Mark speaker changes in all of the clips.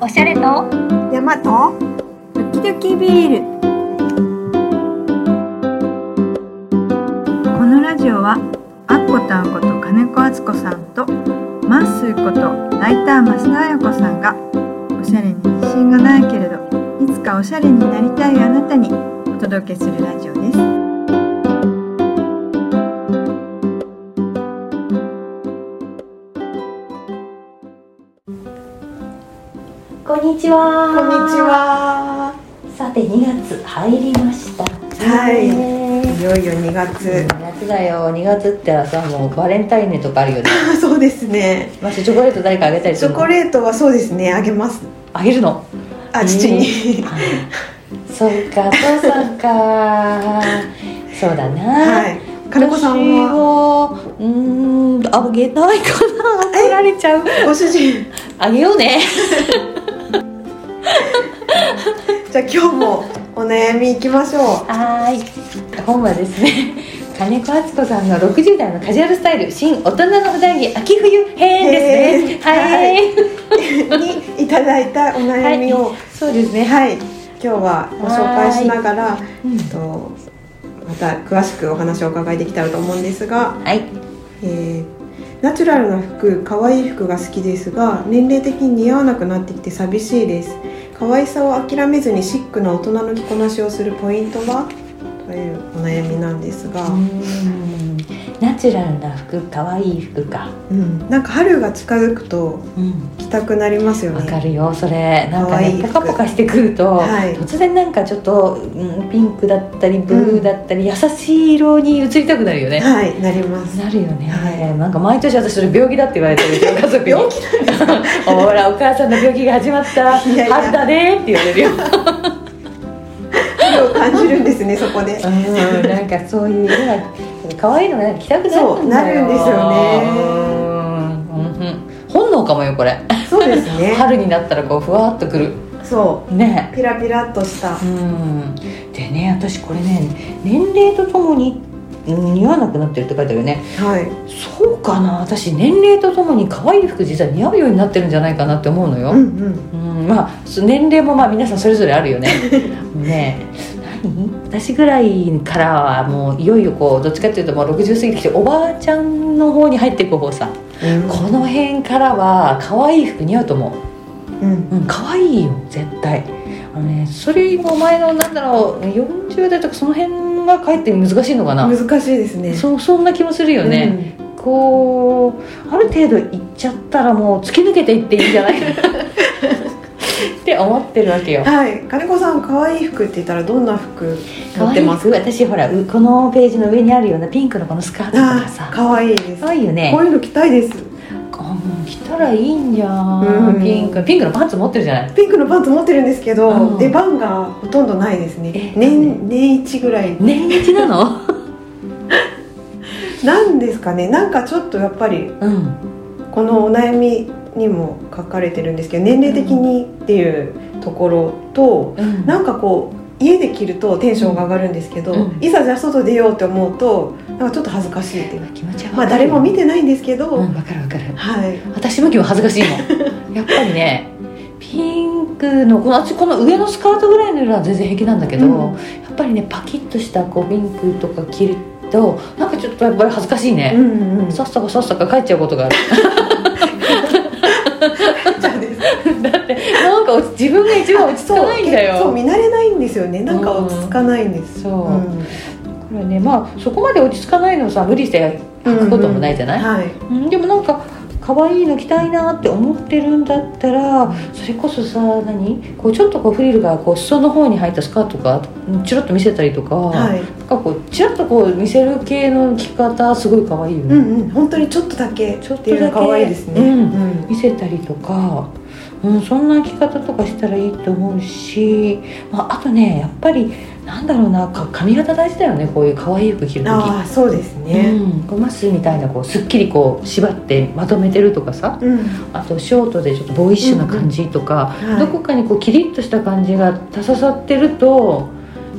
Speaker 1: おしゃれと
Speaker 2: 山とドキドキビールこのラジオはアッコタンこと金子敦子さんとマッスーことライター増田彩子さんがおしゃれに自信がないけれどいつかおしゃれになりたいあなたにお届けするラジオです
Speaker 3: こんにちは。
Speaker 4: こんにち。は。
Speaker 3: さて2月入りました。
Speaker 4: はい
Speaker 3: ね
Speaker 4: いよいよ2
Speaker 3: え。
Speaker 4: 月。
Speaker 3: 2月だよ。2月ってさもうバレンタインデーとかあ るよね。
Speaker 4: あ そうですね。
Speaker 3: まずチョコレート誰かあげたりす
Speaker 4: チ
Speaker 3: る
Speaker 4: ョ
Speaker 3: の。
Speaker 4: コレートはそうですね。あげます。
Speaker 3: あげるの。
Speaker 4: あ父に。
Speaker 3: えー。あそうかそうさんか。そうだな。
Speaker 4: はい。金子さんは
Speaker 3: 私はうーんあげないかな。怒られちゃう。
Speaker 4: ご主人。
Speaker 3: あげようね。
Speaker 4: じゃあ今日もお悩みいきましょ
Speaker 3: はーい本はですね 金子敦子さんの60代のカジュアルスタイル新大人の普段着秋冬編ですねはい、
Speaker 4: う。にいただいたお悩みを、
Speaker 3: そうですね
Speaker 4: はい、今日はご紹介しながら、
Speaker 3: うん
Speaker 4: えっとまた詳しくお話をお伺いできたらと思うんですが。
Speaker 3: はい
Speaker 4: えーナチュラルな服可愛い服が好きですが年齢的に似合わなくなってきて寂しいです可愛さを諦めずにシックな大人の着こなしをするポイントはというお悩みなんですが、
Speaker 3: うーんナチュラルな服かわいい服か
Speaker 4: うん、なんか春が近づくと
Speaker 3: うん
Speaker 4: 着たくなりますよ
Speaker 3: わか
Speaker 4: ね
Speaker 3: るよそれなんか
Speaker 4: 可愛い
Speaker 3: ね
Speaker 4: 服
Speaker 3: ポカポカしてくると、
Speaker 4: はい
Speaker 3: 突然なんかちょっと、うん、ピンクだったりブルーだったり、優しい色に移りたくなるよね、
Speaker 4: はいなります
Speaker 3: なるよね、
Speaker 4: は
Speaker 3: なんか毎年私それ病気だって言われてるでしょ家族に
Speaker 4: 病
Speaker 3: ほら お母さんの病気が始まった
Speaker 4: いやいや
Speaker 3: 春だねって言われる よう
Speaker 4: 春を感じるんですねそこで
Speaker 3: んなんかそういう色が可愛いのがなんか着たくなるんだよ
Speaker 4: そうなるんですよね
Speaker 3: うんうん本能かもよこれ
Speaker 4: そうですね
Speaker 3: 春になったらこうふわっとくる
Speaker 4: そ
Speaker 3: ね
Speaker 4: うピラピラっとした
Speaker 3: うんでね私これね年齢とともにうん似合わなくなってるって書いてあるよね
Speaker 4: はい
Speaker 3: そうかな私年齢とともに可愛い服実は似合うようになってるんじゃないかなって思うのよ、
Speaker 4: う
Speaker 3: うん
Speaker 4: んうん
Speaker 3: まあそ年齢もまあ皆さんそれぞれあるよねねえ何私ぐらいからはもういよいよこうどっちかっていうともう60過ぎてきておばあちゃんの方に入っていく方さ
Speaker 4: うん
Speaker 3: この辺からは可愛い服似合うと思
Speaker 4: うん
Speaker 3: ううん可愛いよ絶対あのねそれよりも前のなんだろう40代とかその辺がかえって難しいのかな、
Speaker 4: 難しいですね
Speaker 3: そうそんな気もするよね、
Speaker 4: うん
Speaker 3: こうある程度いっちゃったらもう突き抜けていっていいんじ ゃないかなって思ってるわけよ。
Speaker 4: はい、金子さん可愛い服って言ったらどんな服持ってます
Speaker 3: 可愛い私ほらうこのページの上にあるようなピンクのこのスカートと
Speaker 4: あ
Speaker 3: かさ
Speaker 4: ー可愛いです
Speaker 3: 可愛いよね
Speaker 4: こういうの着たいです
Speaker 3: あもう着たらいいんじゃ
Speaker 4: うんん
Speaker 3: ピンクピンクのパンツ持ってるじゃない
Speaker 4: ピンクのパンツ持ってるんですけ
Speaker 3: うん
Speaker 4: ど出番がほとんどないですね
Speaker 3: え
Speaker 4: 年年一ぐらい
Speaker 3: 年一なの
Speaker 4: なんですかねなんかちょっとやっぱり
Speaker 3: うん
Speaker 4: このお悩みにも書かれてるんですけど年齢的にっていうところと
Speaker 3: うん
Speaker 4: なんかこう家で着るとテンションが上がるんですけど、
Speaker 3: うん
Speaker 4: いざじゃあ外出ようって思うとなんかちょっと恥ずかしいっていう
Speaker 3: 気持ちは
Speaker 4: まあ誰も見てないんですけど、
Speaker 3: たうんわかるわかる
Speaker 4: はい
Speaker 3: 私向きも恥ずかしいも んやっぱりねピンクのこのあっちこの上のスカートぐらいの色は全然平気なんだけど、
Speaker 4: うん
Speaker 3: やっぱりねパキッとしたこうピンクとか着るとなんかちょっとやっぱり恥ずかしいね、
Speaker 4: んうん
Speaker 3: さっさかさっさか帰っちゃうこと があるだってなんか落ち自分が一番落ち着かないん
Speaker 4: そ
Speaker 3: だ
Speaker 4: うそう
Speaker 3: よ
Speaker 4: 見慣れないんですよねなんか落ち着かないんです、
Speaker 3: そう、
Speaker 4: うん
Speaker 3: これねまあそこまで落ち着かないのさ無理して履くこともないじゃない、
Speaker 4: はい
Speaker 3: うんでもなんか可愛いの着たいなって思ってるんだったらそれこそさ何こうちょっとこうフリルがこう裾の方に入ったスカートがうんチラッと見せたりとか,、
Speaker 4: はい
Speaker 3: なんかこうチラッとこう見せる系の着方すごい可愛いよ
Speaker 4: う
Speaker 3: ね、
Speaker 4: んうん本当にちょっとだけ
Speaker 3: ちょっとだけ
Speaker 4: ていうの可愛いですね
Speaker 3: うん
Speaker 4: うん
Speaker 3: 見せたりとか、うん、そんな着方とかしたらいいと思うし、まあ、あとねやっぱりなんだろうなか髪型大事だよねこういう可愛い服着る時
Speaker 4: ああそうですね
Speaker 3: うん、こうマスみたいなこうすっきりこう縛ってまとめてるとかさ
Speaker 4: うん、
Speaker 3: あとショートでちょっとボーイッシュな感じとか、
Speaker 4: はい
Speaker 3: どこかにこうキリッとした感じがたささってると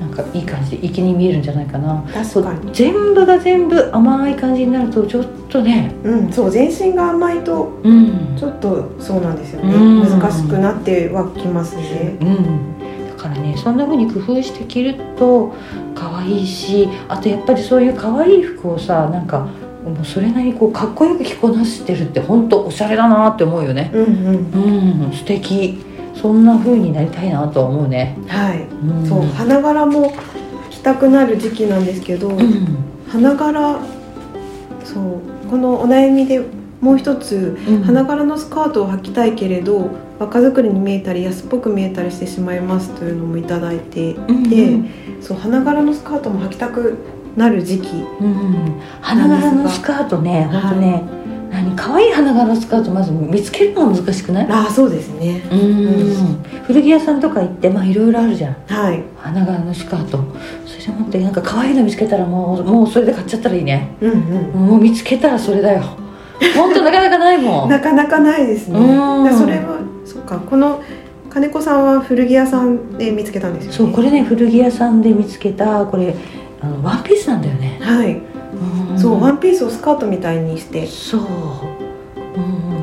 Speaker 3: なんかかいい感じで粋に見えるんじゃないかな
Speaker 4: 確かに
Speaker 3: 全部が全部甘い感じになるとちょっとね
Speaker 4: うんそう全身が甘いと
Speaker 3: うん
Speaker 4: ちょっとそうなんですよね
Speaker 3: うん
Speaker 4: 難しくなってはきますね
Speaker 3: うん、だからねそんな風に工夫して着ると可愛いしあとやっぱりそういう可愛い服をさなんかもうそれなりにこうかっこよく着こなしてるって本当おしゃれだなって思うよね
Speaker 4: うんうん
Speaker 3: うん素敵そんな風になりたいなとは思うね、
Speaker 4: はい
Speaker 3: うん、
Speaker 4: そう花柄も着たくなる時期なんですけど
Speaker 3: うん、
Speaker 4: 花柄そうこのお悩みでもう一つ花柄のスカートを履きたいけれど若作りに見えたり安っぽく見えたりしてしまいますというのもいただいていて、
Speaker 3: うん
Speaker 4: そう花柄のスカートも履きたくなる時期
Speaker 3: うん、花柄のスカートね
Speaker 4: はい
Speaker 3: 本当ね、何可愛い花柄のスカートまず見つけるのが難しくない
Speaker 4: ああそうですね
Speaker 3: うん古着屋さんとか行ってまあいろいろあるじゃん
Speaker 4: はい
Speaker 3: 花柄のスカートそれでもってなんか可愛いの見つけたらもうもうそれで買っちゃったらいいね
Speaker 4: うんうん
Speaker 3: もう見つけたらそれだよ本当なかなかないも ん
Speaker 4: なかなかないですね
Speaker 3: うん
Speaker 4: だからそれはそっかこの金子さんは古着屋さんで見つけたんですよね
Speaker 3: そうこれね古着屋さんで見つけたこれあのワンピースなんだよね
Speaker 4: はい、
Speaker 3: ん
Speaker 4: そうワンピースをスカートみたいにして
Speaker 3: そううん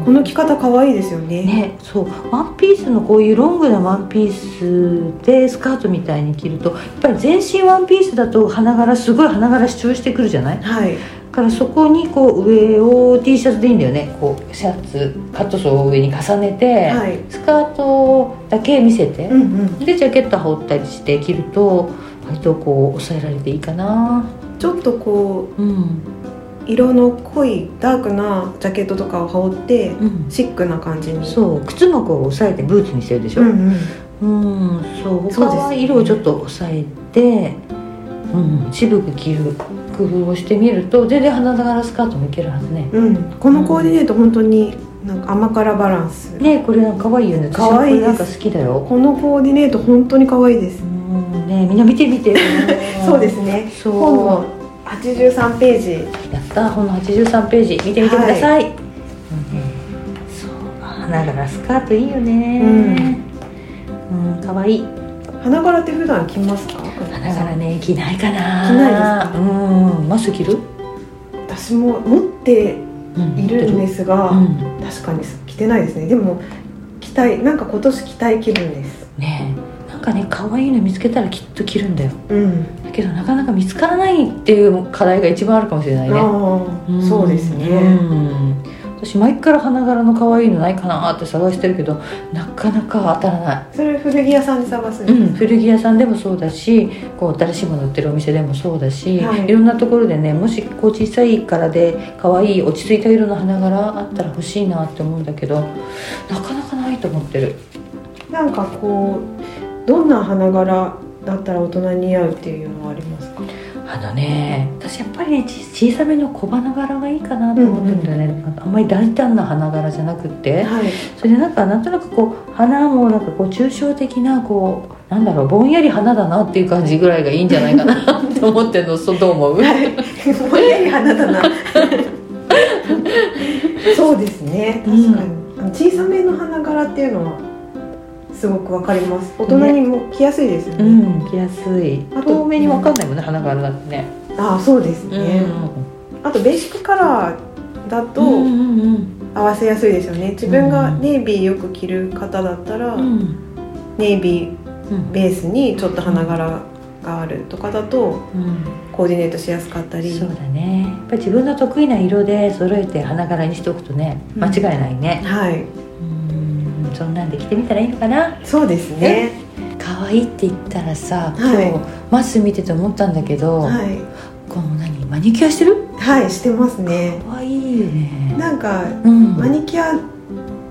Speaker 4: この着方可愛いですよね
Speaker 3: ね、そうワンピースのこういうロングなワンピースでスカートみたいに着るとやっぱり全身ワンピースだと花柄すごい花柄主張してくるじゃないだ
Speaker 4: はい
Speaker 3: からそこにこう上を T シャツでいいんだよねこうシャツカットソーを上に重ねて、
Speaker 4: はい
Speaker 3: スカートだけ見せて
Speaker 4: う、んうん
Speaker 3: でジャケット羽織ったりして着ると割とこう抑えられていいかな
Speaker 4: ちょっとこ
Speaker 3: うん
Speaker 4: う色の濃いダークなジャケットとかを羽織って、
Speaker 3: うん
Speaker 4: シックな感じに
Speaker 3: そう靴もこう抑えてブーツにしてるでしょ、
Speaker 4: うんうん
Speaker 3: うん、そう他
Speaker 4: そうです
Speaker 3: は色をちょっと抑えて、うん、渋く着る工夫をしてみると全然花柄スカートもいけるはずね。
Speaker 4: うん、このコーディネート本当になんか甘辛バランス、
Speaker 3: ねえこれなんか可愛いよね。
Speaker 4: 可愛いです
Speaker 3: 私これなんか好きだよ。
Speaker 4: このコーディネート本当に可愛いです
Speaker 3: う、ん、ねえみんな見て見て。
Speaker 4: そうですね
Speaker 3: そう
Speaker 4: 本の83ページ
Speaker 3: やった本の83ページ見てみてください、うんそう花柄スカートいいよねうん可愛、いい
Speaker 4: 花柄って普段着ますか
Speaker 3: 花柄ね着ないかな
Speaker 4: 着ないですか
Speaker 3: うんマス着る、
Speaker 4: 私も持って
Speaker 3: うん
Speaker 4: いるんですが、
Speaker 3: うん
Speaker 4: 確かに着てないですねでも着たいなんか今年着たい気分です
Speaker 3: ねえなんかね可愛いの見つけたらきっと着るんだよ
Speaker 4: うん、
Speaker 3: だけどなかなか見つからないっていう課題が一番あるかもしれないね
Speaker 4: ああ
Speaker 3: ん
Speaker 4: そうですね、
Speaker 3: うん私前から花柄の可愛いのないかなって探してるけどなかなか当たらない
Speaker 4: それ古着屋さんで探すん
Speaker 3: う
Speaker 4: です
Speaker 3: ん、古着屋さんでもそうだしこう新しいもの売ってるお店でもそうだし、
Speaker 4: はい
Speaker 3: い、ろんなところでねもしこう小さいからで可愛い落ち着いた色の花柄あったら欲しいなって思うんだけどなかなかないと思ってる
Speaker 4: なんかこうどんな花柄だったら大人に似合うっていうのはありますか
Speaker 3: あのね私やっぱりねち小さめの小花柄がいいかなと思ってるんだよね、なんかあんまり大胆な花柄じゃなくって
Speaker 4: はい
Speaker 3: それでなんかなんとなくこう花もなんかこう抽象的なこうなんだろうぼんやり花だなっていう感じぐらいがいいんじゃないかなって思ってるのそうどう思う
Speaker 4: ぼんやり花だな。 そうですね。確かに、小さめの花柄っていうのは。すごくわかります。大人にも着やすいですよね。
Speaker 3: うん着やすい
Speaker 4: あと
Speaker 3: 透明に分かんないもんね花柄だってね
Speaker 4: ああ、そうですね。
Speaker 3: うん
Speaker 4: あとベーシックカラーだと
Speaker 3: うんうん
Speaker 4: 合わせやすいですよね。自分がネイビーよく着る方だったら、
Speaker 3: うん
Speaker 4: ネイビー
Speaker 3: うん
Speaker 4: ベースにちょっと花柄があるとかだと
Speaker 3: うん
Speaker 4: コーディネートしやすかったり。
Speaker 3: そうだねやっぱり自分の得意な色で揃えて花柄にしておくとね間違いないね、
Speaker 4: はい、
Speaker 3: うーんそんなんで着てみたらいいのかな
Speaker 4: そうですね。
Speaker 3: 可愛いって言ったらさ今
Speaker 4: はい
Speaker 3: 日マス見てて思ったんだけど、
Speaker 4: は
Speaker 3: この何マニキュアしてる
Speaker 4: い、はい、してますね。
Speaker 3: 可愛いよね
Speaker 4: なんか
Speaker 3: うん
Speaker 4: マニキュア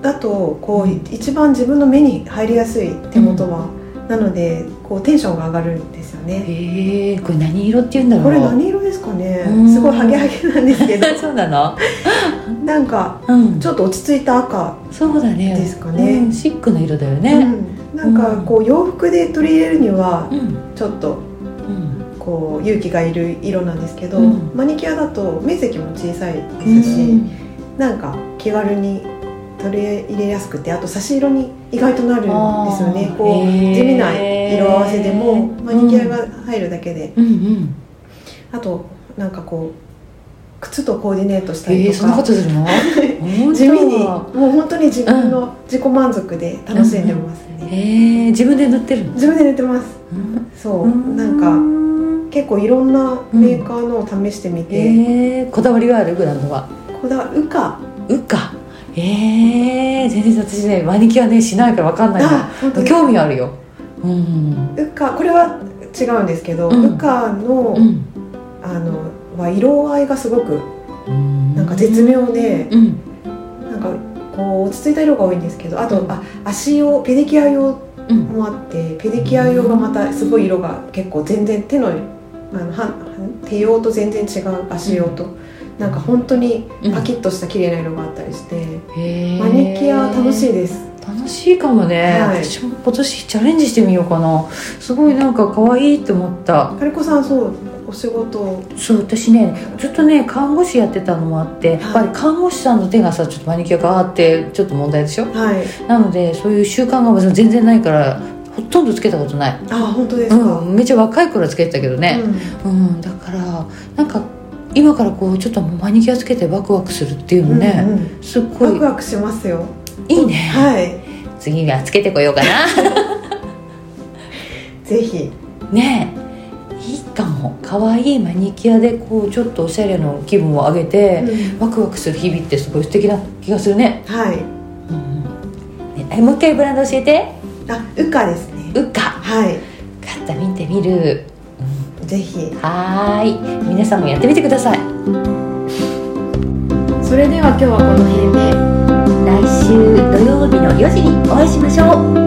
Speaker 4: だとこう一番自分の目に入りやすい手元は、なのでこうテンションが上がるんですよね。
Speaker 3: へえこれ何色って言うんだろう
Speaker 4: これ何色ですかね
Speaker 3: うん
Speaker 4: すごいハゲハゲなんですけど
Speaker 3: そうなの
Speaker 4: なんか
Speaker 3: うん
Speaker 4: ちょっと落ち着いた赤、
Speaker 3: そうだね
Speaker 4: ですかね
Speaker 3: うんシックな色だよ
Speaker 4: う
Speaker 3: ね
Speaker 4: ん、なんかこう洋服で取り入れるには
Speaker 3: うん
Speaker 4: ちょっと
Speaker 3: うん
Speaker 4: こう勇気がいる色なんですけど、
Speaker 3: うん
Speaker 4: マニキュアだと面積も小さいで
Speaker 3: うん
Speaker 4: すし、なんか気軽に取り入れやすくてあと差し色に意外となるんですよね
Speaker 3: あー
Speaker 4: こう
Speaker 3: へー
Speaker 4: 地味な色合わせでも、まあ、
Speaker 3: うん
Speaker 4: 人気が入るだけで、
Speaker 3: うんうん
Speaker 4: あとなんかこう靴とコーディネートした
Speaker 3: え
Speaker 4: り
Speaker 3: ー、
Speaker 4: と
Speaker 3: そんな
Speaker 4: か、
Speaker 3: ことするの
Speaker 4: 地味にも
Speaker 3: 本
Speaker 4: う本当に自分の自己満足で楽しんでますね、
Speaker 3: 当えー、自分で塗ってるの
Speaker 4: 自分で塗ってますそう、なんか
Speaker 3: んか
Speaker 4: 結構いろんなメーカーのを試してみて、
Speaker 3: えー、こだわりがあるブランドは
Speaker 4: こだウカ
Speaker 3: うかえー、全然私ねマニキュアねしないからわかんない
Speaker 4: が
Speaker 3: な
Speaker 4: 本当に
Speaker 3: 興味あるようん
Speaker 4: ウカこれは違うんですけど、
Speaker 3: うん
Speaker 4: ウカの、
Speaker 3: うん
Speaker 4: あのは色合いがすごく
Speaker 3: うん
Speaker 4: なんか絶妙で、
Speaker 3: うん
Speaker 4: なんかこう落ち着いた色が多いんですけどあと、
Speaker 3: うん
Speaker 4: あ足用ペディキュア用
Speaker 3: うん
Speaker 4: もあってペディキュア用がまたすごい色が結構全然手のあのは手用と全然違う足用と、なんか本当にパキッとした綺麗な色があったりして、
Speaker 3: えー
Speaker 4: マニキュア楽しいです。
Speaker 3: 楽しいかもね、
Speaker 4: はい
Speaker 3: 私も今年チャレンジしてみようかなすごいなんか可愛いって思った
Speaker 4: 金子さんそうお仕事
Speaker 3: そう私ねずっとね看護師やってたのもあって、やっぱり看護師さんの手がさちょっとマニキュアがあってちょっと問題でしょ
Speaker 4: はい
Speaker 3: なのでそういう習慣が私は全然ないからほとんどつけたことない、
Speaker 4: あ本当ですか、
Speaker 3: う
Speaker 4: うん
Speaker 3: ん、めっちゃ若い頃はつけてたけどね、うんだからなんか今からこうちょっとマニキュアつけてワクワクするっていうの
Speaker 4: うん
Speaker 3: ね、
Speaker 4: うん
Speaker 3: すっご
Speaker 4: ワ
Speaker 3: い
Speaker 4: クワクしますよ
Speaker 3: いいね、
Speaker 4: はい
Speaker 3: 次はつけてこようかな
Speaker 4: ぜひ
Speaker 3: ねえいいかも可愛いマニキュアでこうちょっとおしゃれの気分を上げて、ワクワクする日々ってすごい素敵な気がするね,、
Speaker 4: はい
Speaker 3: うんねあもう一回ブランド教えて
Speaker 4: あウカですね
Speaker 3: うか
Speaker 4: は
Speaker 3: 買った見てみる
Speaker 4: いぜひ
Speaker 3: はーい皆さんもやってみてください
Speaker 1: それでは今日はこの辺で
Speaker 3: 来週土曜日の4時にお会いしましょう